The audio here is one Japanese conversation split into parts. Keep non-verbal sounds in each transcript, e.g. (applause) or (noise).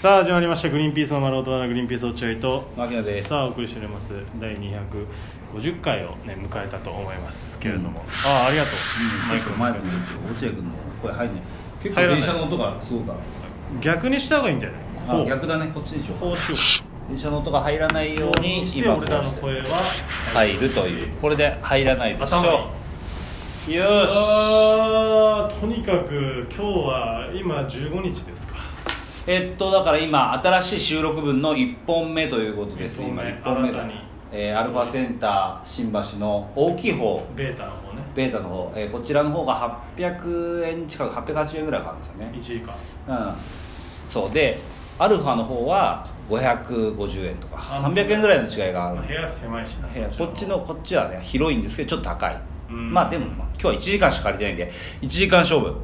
さあ始まりました「グリーンピースの丸大人のグリーンピース落合」と牧野ですさあお送りしております第250回を、ね、迎えたと思いますけれども、ああありがとう、マイ結ク構前の位置落合君の声入んね結構入らない電車の音がすごいから逆にした方がいいんじゃないこあう逆だねこっちでしょこうしよ電車の音が入らないうようにこうして今こ俺うらのして声は入るというこれで入らないでし頭にょうよしあーとにかく今日は今15日ですかえっとだから今新しい収録分の1本目ということです一本今目1本目新だたにえーアルファセンター新橋の大きい方ベータの方ねベータの方、えーこちらの方が800円近く880円ぐらいかかるんですよね1時間うんそうでアルファの方は550円とかあ300円ぐらいの違いがあるまあ部屋狭いしな部屋そこっちのこっちはね広いんですけどちょっと高い、うんまあでも、まあ、今日は1時間しか借りてないんで1時間勝負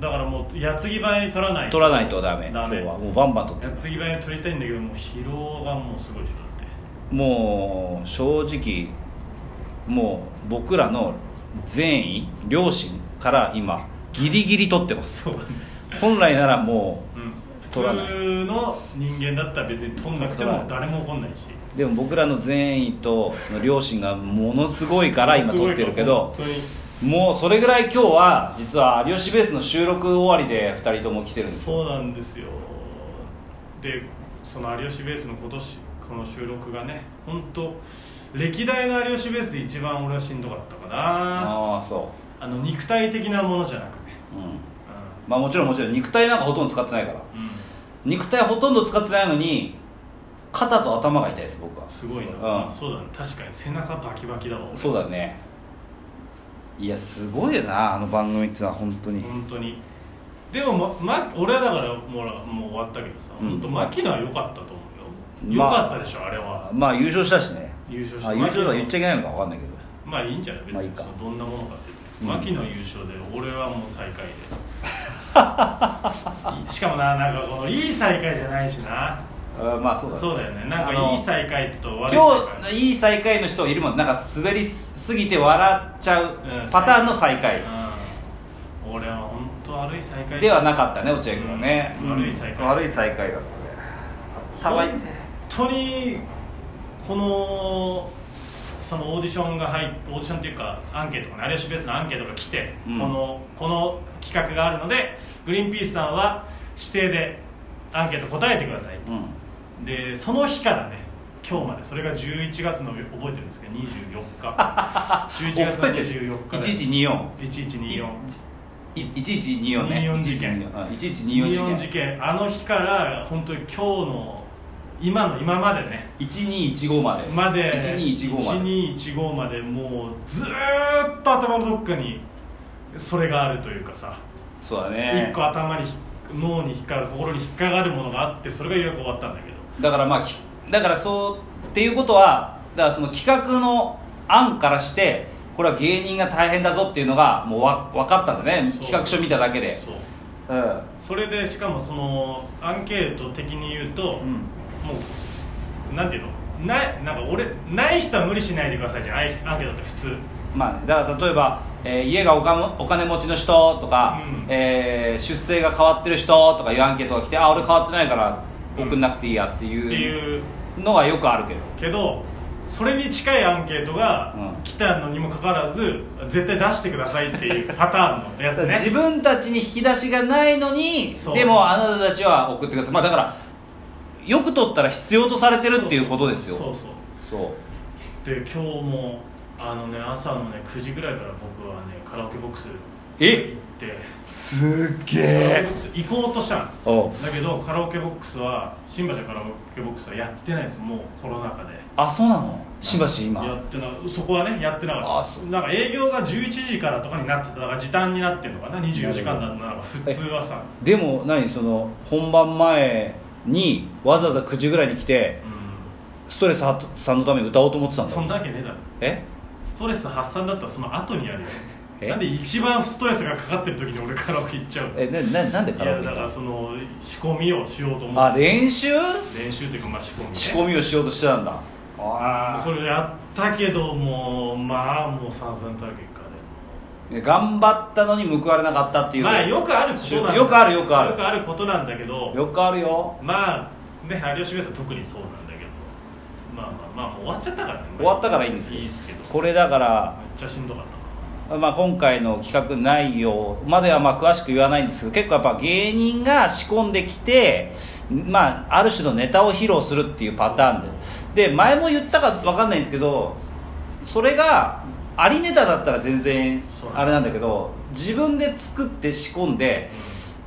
だからもう矢継ぎ早に取らない取らないとダメダメ今日はもうバンバン取って矢ます継ぎ早に取りたいんだけどもう疲労がもうすごいでしょだってもう正直もう僕らの善意両親から今ギリギリ取ってます (laughs) そう本来ならもううん普通取らないの人間だったら別に取んなくて取らなもい誰も怒んないしでも僕らの善意とその両親がものすごいから今撮ってるけどすごいから本当にもうそれぐらい今日は実は「有吉ベース」の収録終わりで2人とも来てるんですそうなんですよでその有吉ベースの今年この収録がね本当歴代の有吉ベースで一番俺はしんどかったかなあああその肉体的なものじゃなくねううんまあもちろんもちろん肉体なんかほとんど使ってないからうん、うん肉体ほとんど使ってないのに肩と頭が痛いです僕はすごいななそうだね確かに背中バキバキだわうんそうだねいやすごいよなあの番組ってのは本当に本当にでも、まま、俺はだからもうもう終わったけどさ、うん本当牧野は良かったと思うよ、ま良あかったでしょあれはまあ優勝したしね優勝したあ優勝とか言っちゃいけないのか分かんないけどまあいいんじゃない別まあいにい、かそのどんなものかってうん牧野優勝で俺はもう最下 (laughs) 位でいしかもななんかこのいい最下位じゃないしなあーまあそうだねそうだよねなんあかのいい最下位と悪い最下今日位いい最下位の人いるもんなんか滑りすぎて笑っちゃううんパターンの最下位うん俺は本当悪い最下位ではなかったね落合君はね、うん悪い最下位悪い最下位だったねたまにね本当にこのそのオーディションが入っオーディションっていうかアンケートかね有吉ベースのアンケートが来て、うんこのこの企画があるのでグリーンピースさんは指定でアンケート答えてください、うんでその日からね今日までそれが11月の覚えてるんですけど24日 (laughs) 11月の24日で1124 1124 1124ね24事件うん1124 24事事件件あの日から本当に今日の今の今までね1215までまで1215まで1215までもうずーっと頭のどっかにそれがあるというかさ、そうだ一ね個頭にひ脳に引っかかる心に引っかかるものがあってそれがようやく終わったんだけどだからまあきだからそうっていうことはだからその企画の案からしてこれは芸人が大変だぞっていうのがもうわ分かったんだねそう企画書見ただけでそううんそれでしかもそのアンケート的に言うと、もうなんていうのないなんか俺ない人は無理しないでくださいじゃんアイアンケートって普通まあね、だから例えば、えー家がおかもお金持ちの人とか、うんえー出生が変わってる人とかいうアンケートが来てあ俺変わってないからうん送んなくていいやってっていいううのはよくあるけど、けどそれに近いアンケートがうん来たのにもかかわらず絶対出してくださいっていうパターンのやつね自分たちに引き出しがないのにそうでもあなたたちは送ってください、まあ、だからよく取ったら必要とされてるっていうことですよそうそうそうで今日もあのね朝のね9時ぐらいから僕はねカラオケボックス行えってすっげカラオケえボックス行こうとしたのおうだけどカラオケボックスは新橋のカラオケボックスはやってないですもうコロナ禍であそうなのしばしや今ってなそこはねやってなかあっそたなんか営業が11時からとかになってただから時短になってるのかな24時間だったならば普通はさでも何その本番前にわざわざ9時ぐらいに来てうんストレス発散のために歌おうと思ってたんだそんなわけねえだろえストレス発散だったらその後にやるよえなんで一番ストレスがかかってる時に俺カラオケ行っちゃうのえなななんでカいラやオケだ行かったらのその仕込みをしようと思っあて練習練習というかまあ仕込み、ね、仕込みをしようとしてたんだああそれやったけどもうまあもう散々たる結果でで頑張ったのに報われなかったっていう、まあよくあることなんだよくあるよくあるよくあることなんだけどよくあるよまあね有吉ベースは特にそうなんだけどまあまあまあもう終わっちゃったからね終わったからいいんですけどいいですけどめっこれだから、ちゃしんどかったなまあ、今回の企画内容まではまあ詳しく言わないんですけど結構やっぱ芸人が仕込んできて、まあ、ある種のネタを披露するっていうパターンでで前も言ったか分かんないんですけどそれがありネタだったら全然そうあれなんだけど自分で作って仕込んで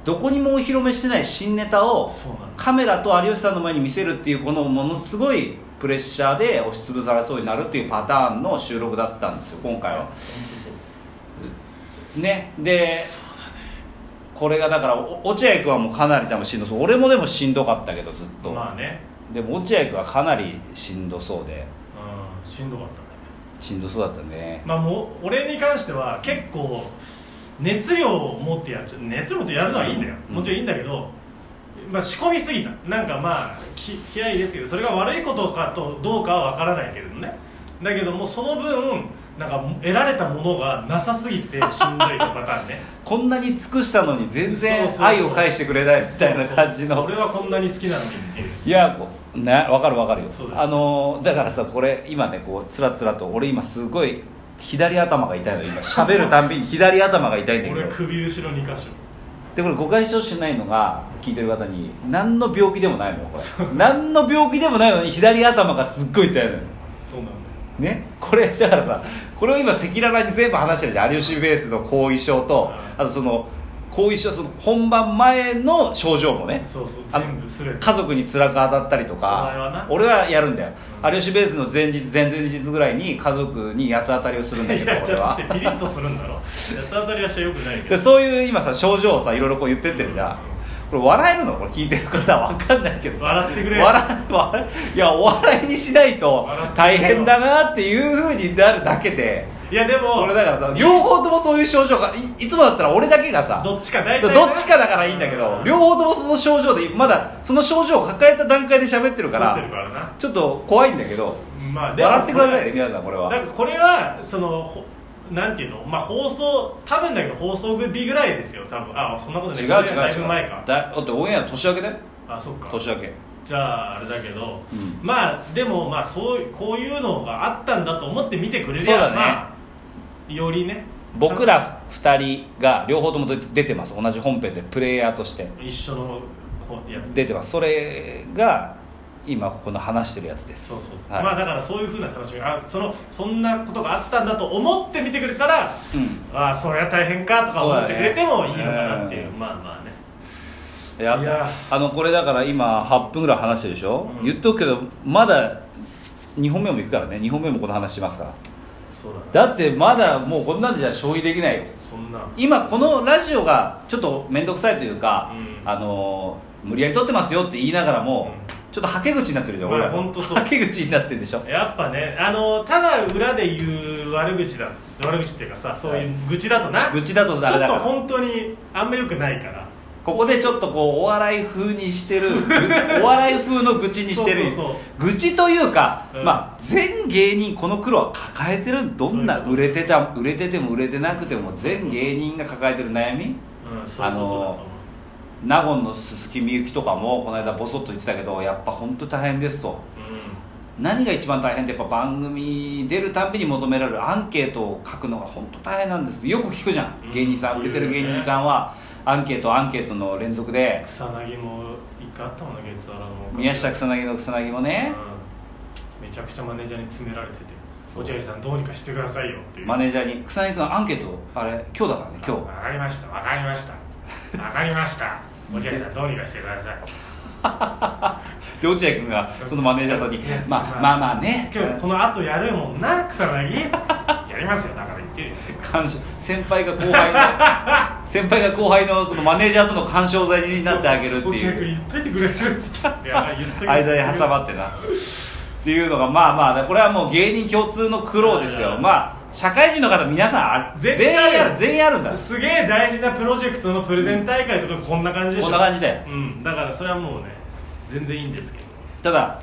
どこにもお披露目してない新ネタをそうなんだカメラと有吉さんの前に見せるっていうこのものすごいプレッシャーで押しつぶされそうになるっていうパターンの収録だったんですよ今回はねでこれがだからお落合君はもうかなり多分しんどそう俺もでもしんどかったけどずっと、まあねでも落合君はかなりしんどそうでうんしんどかったねしんどそうだったねまあもう俺に関しては結構熱量を持ってやっちゃう熱量ってやるのはいいんだようんもちろんいいんだけど、まあ、仕込みすぎたなんかまあき気合いですけどそれが悪いことかとどうかは分からないけれどねだけどもうその分なんか得られたものがなさすぎてしんどいパターンねこんなに尽くしたのに全然そうそうそう愛を返してくれないみたいな感そうじのそう俺はこんなに好きなのにっていういやこうねわかるわかるよそうだよあのーだからさこれ今ねこうつらつらと俺今すごい左頭が痛いの今喋るたんびに左頭が痛いんだけ俺ど首後ろ2箇所でこれ誤解してほしくないのが聞いてる方に何の病気でもないのよこれ何の病気でもないのに左頭がすっごい痛いのよそうなんだよねこれだからさこれを今赤裸々に全部話してるじゃん有吉ベースの後遺症とあとその後遺症その本番前の症状もねそうそうあ全部すべて家族に辛く当たったりとお前はかな俺はやるんだよ、うん有吉ベースの前日前々日ぐらいに家族に八つ当たりをするんだけいどやち俺ょっとは待ってピリッとするんだろ (laughs) 八つ当たりはしちゃよくないけどでそういう今さ症状をさいろいろこう言ってってるじゃんこれ笑えるのこれ聞いてる方は分かんないけどさ笑ってくれ笑笑いやお笑いにしないと笑ってくれ大よ変だなっていうふうになるだけでいやでも俺だからさ両方ともそういう症状がいいつもだったら俺だけがさどっちか大体ねどっちかだからいいんだけど両方ともその症状でまだその症状を抱えた段階で喋ってるか撮っらてるからなちょっと怖いんだけどまあでも笑ってくださいね皆さんこれこれなはんかこれはそのほなんていうのまあ放送多分だけど放送日ぐらいですよ多分あそんなことない違う違う違うだいぶ前かだだってオンエア年明けだよあそっか年明けじゃああれだけど、うんまあでもまあそういうこういうのがあったんだと思って見てくれりそうゃだねまあよりね僕ら2人が両方とも出て出てます同じ本編でプレイヤーとして一緒のこうやつ出てますそれが今ここの話してるやつですそうそうそう、はいまあだからそういうふうな楽しみあそのそんなことがあったんだと思って見てくれたらうんああそりゃ大変かとか思ってくれてもいいのかなっていうそうだねまあまあねいやいやあのこれだから今8分ぐらい話してるでしょ、うん言っとくけどまだ2本目も行くからね2本目もこの話しますからそうだねだってまだもうこんなんじゃ消費できないよそんな今このラジオがちょっと面倒くさいというか、うんあのー無理やり撮ってますよって言いながらも、うんちょっとはけ口になってるじゃん、まあ俺らほんとそうはけ口になってるでしょやっぱねあのただ裏で言う悪口だ悪口っていうかさそういう愚痴だとな、愚痴だとあれちょだかっとら本当にあんまよくないからここでちょっとこうお笑い風にし (laughs) てるぐお笑い風の愚痴にしてるそうそう愚痴というか、うんまあ、全芸人この苦労は抱えてるどんなそういうこと売れてた売れてても売れてなくても全芸人が抱えてる悩みうんそういうことだと思う、納言の鈴木みゆきとかもこの間ボソッと言ってたけどやっぱ本当大変ですと何が一番大変ってやっぱ番組出るたんびに求められるアンケートを書くのが本当大変なんですよく聞くじゃうんん芸人さん売れてる芸人さんはアンケートアンケートの連続でうん、草薙も一回あったもんな月原の宮下草薙の草薙もねうんめちゃくちゃマネージャーに詰められててそう落合さんどうにかしてくださいよっていうマネージャーに草薙君アンケートあれ今日だからね今わかりましたわかりましたわかりま (laughs) した落合さんどうにかしてください日で落合君がそのマネージャーさんに「まあまあまあね今日この後やるもんな草薙 (laughs) やりますよだから言ってるじゃないですか干渉先輩が後輩の先輩が後輩のそのマネージャーとの干渉剤になってあげるって落合君い言うっといてくれるっつ (laughs) っていや言っといてくれる間に挟まってなっていうのがまあまあだこれはもう芸人共通の苦労ですいやいよやまあ社会人の方皆さんあ全絶員対あるやる全員あるんだこすげえ大事なプロジェクトのプレゼン大会とかこんな感じでしょんな感じでうんだからそれはもうね全然いいんですけどただ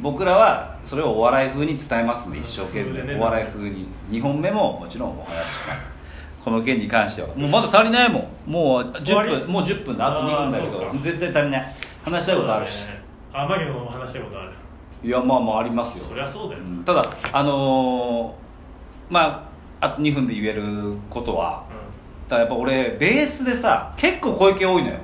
僕らはそれをお笑い風に伝えますんで一生懸そうだ命ねお笑い風に2本目ももちろんお話ししますここの件に関してはもうまだ足りないもんもう終わり10分もう10分だあと2分だけあーそうどか絶対足りない話したいことあるし、そうだねあマギのも話したいことあるいやまあまあありますよそりゃそうだよ、うんただあのーまああと2分で言えることはだからやっぱ俺ベースでさ結構小池多いのよ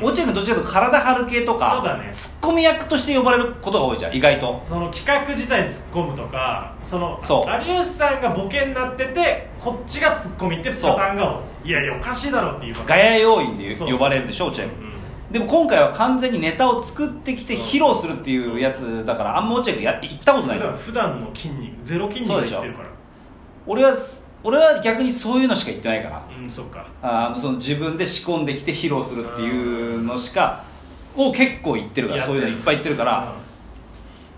うん落合君どっちかというと体張る系とかそうだねツッコミ役として呼ばれることが多いじゃん意外とその企画自体突っ込むとかそのそう有吉さんがボケになっててこっちが突っ込みってパターンが多いいやいやおかしいだろっていうパタガーンヤ要員でそう呼そうばれるでしょ落合君うんでも今回は完全にネタを作ってきて披露するっていうやつだからあんま落合君やって行ったことな普いか段ら普段の筋肉ゼロ筋そ肉うででし言っょてるから俺は俺は逆にそういうのしか言ってないからうんそっかあのその自分で仕込んできて披露するっていうのしかを結構言ってるからやっそてういるうのいっぱい言ってるから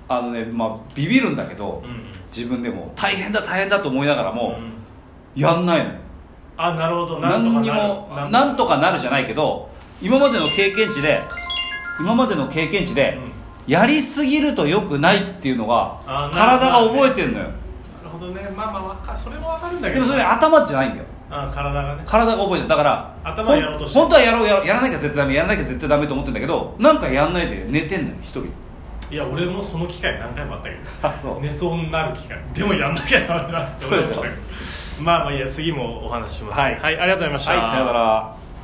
あのねまあビビるんだけどうんうん自分でも大変だ大変だと思いながらもうんやんないのよあなるほどなんと何かなるにもんなんとかなるじゃないけど今までの経験値で今までの経験値でやりすぎると良くないっていうのがあーなる体が覚えてるのよなるほどねまあまあわかそれもわかるんだけでどもそれ頭じゃないんだよあ体がね体が覚えてるだから頭やろうとしてほん本当はやろうやろうやらなきゃ絶対ダメやらなきゃ絶対ダメと思ってんだけどなんかやんないで寝てんのよ一人いや俺もその機会何回もあったけあそど寝そうになる機会でもやんなきゃダメだって思いましたけどまあまあいいや次もお話ししますはいありがとうございましたはいさよなら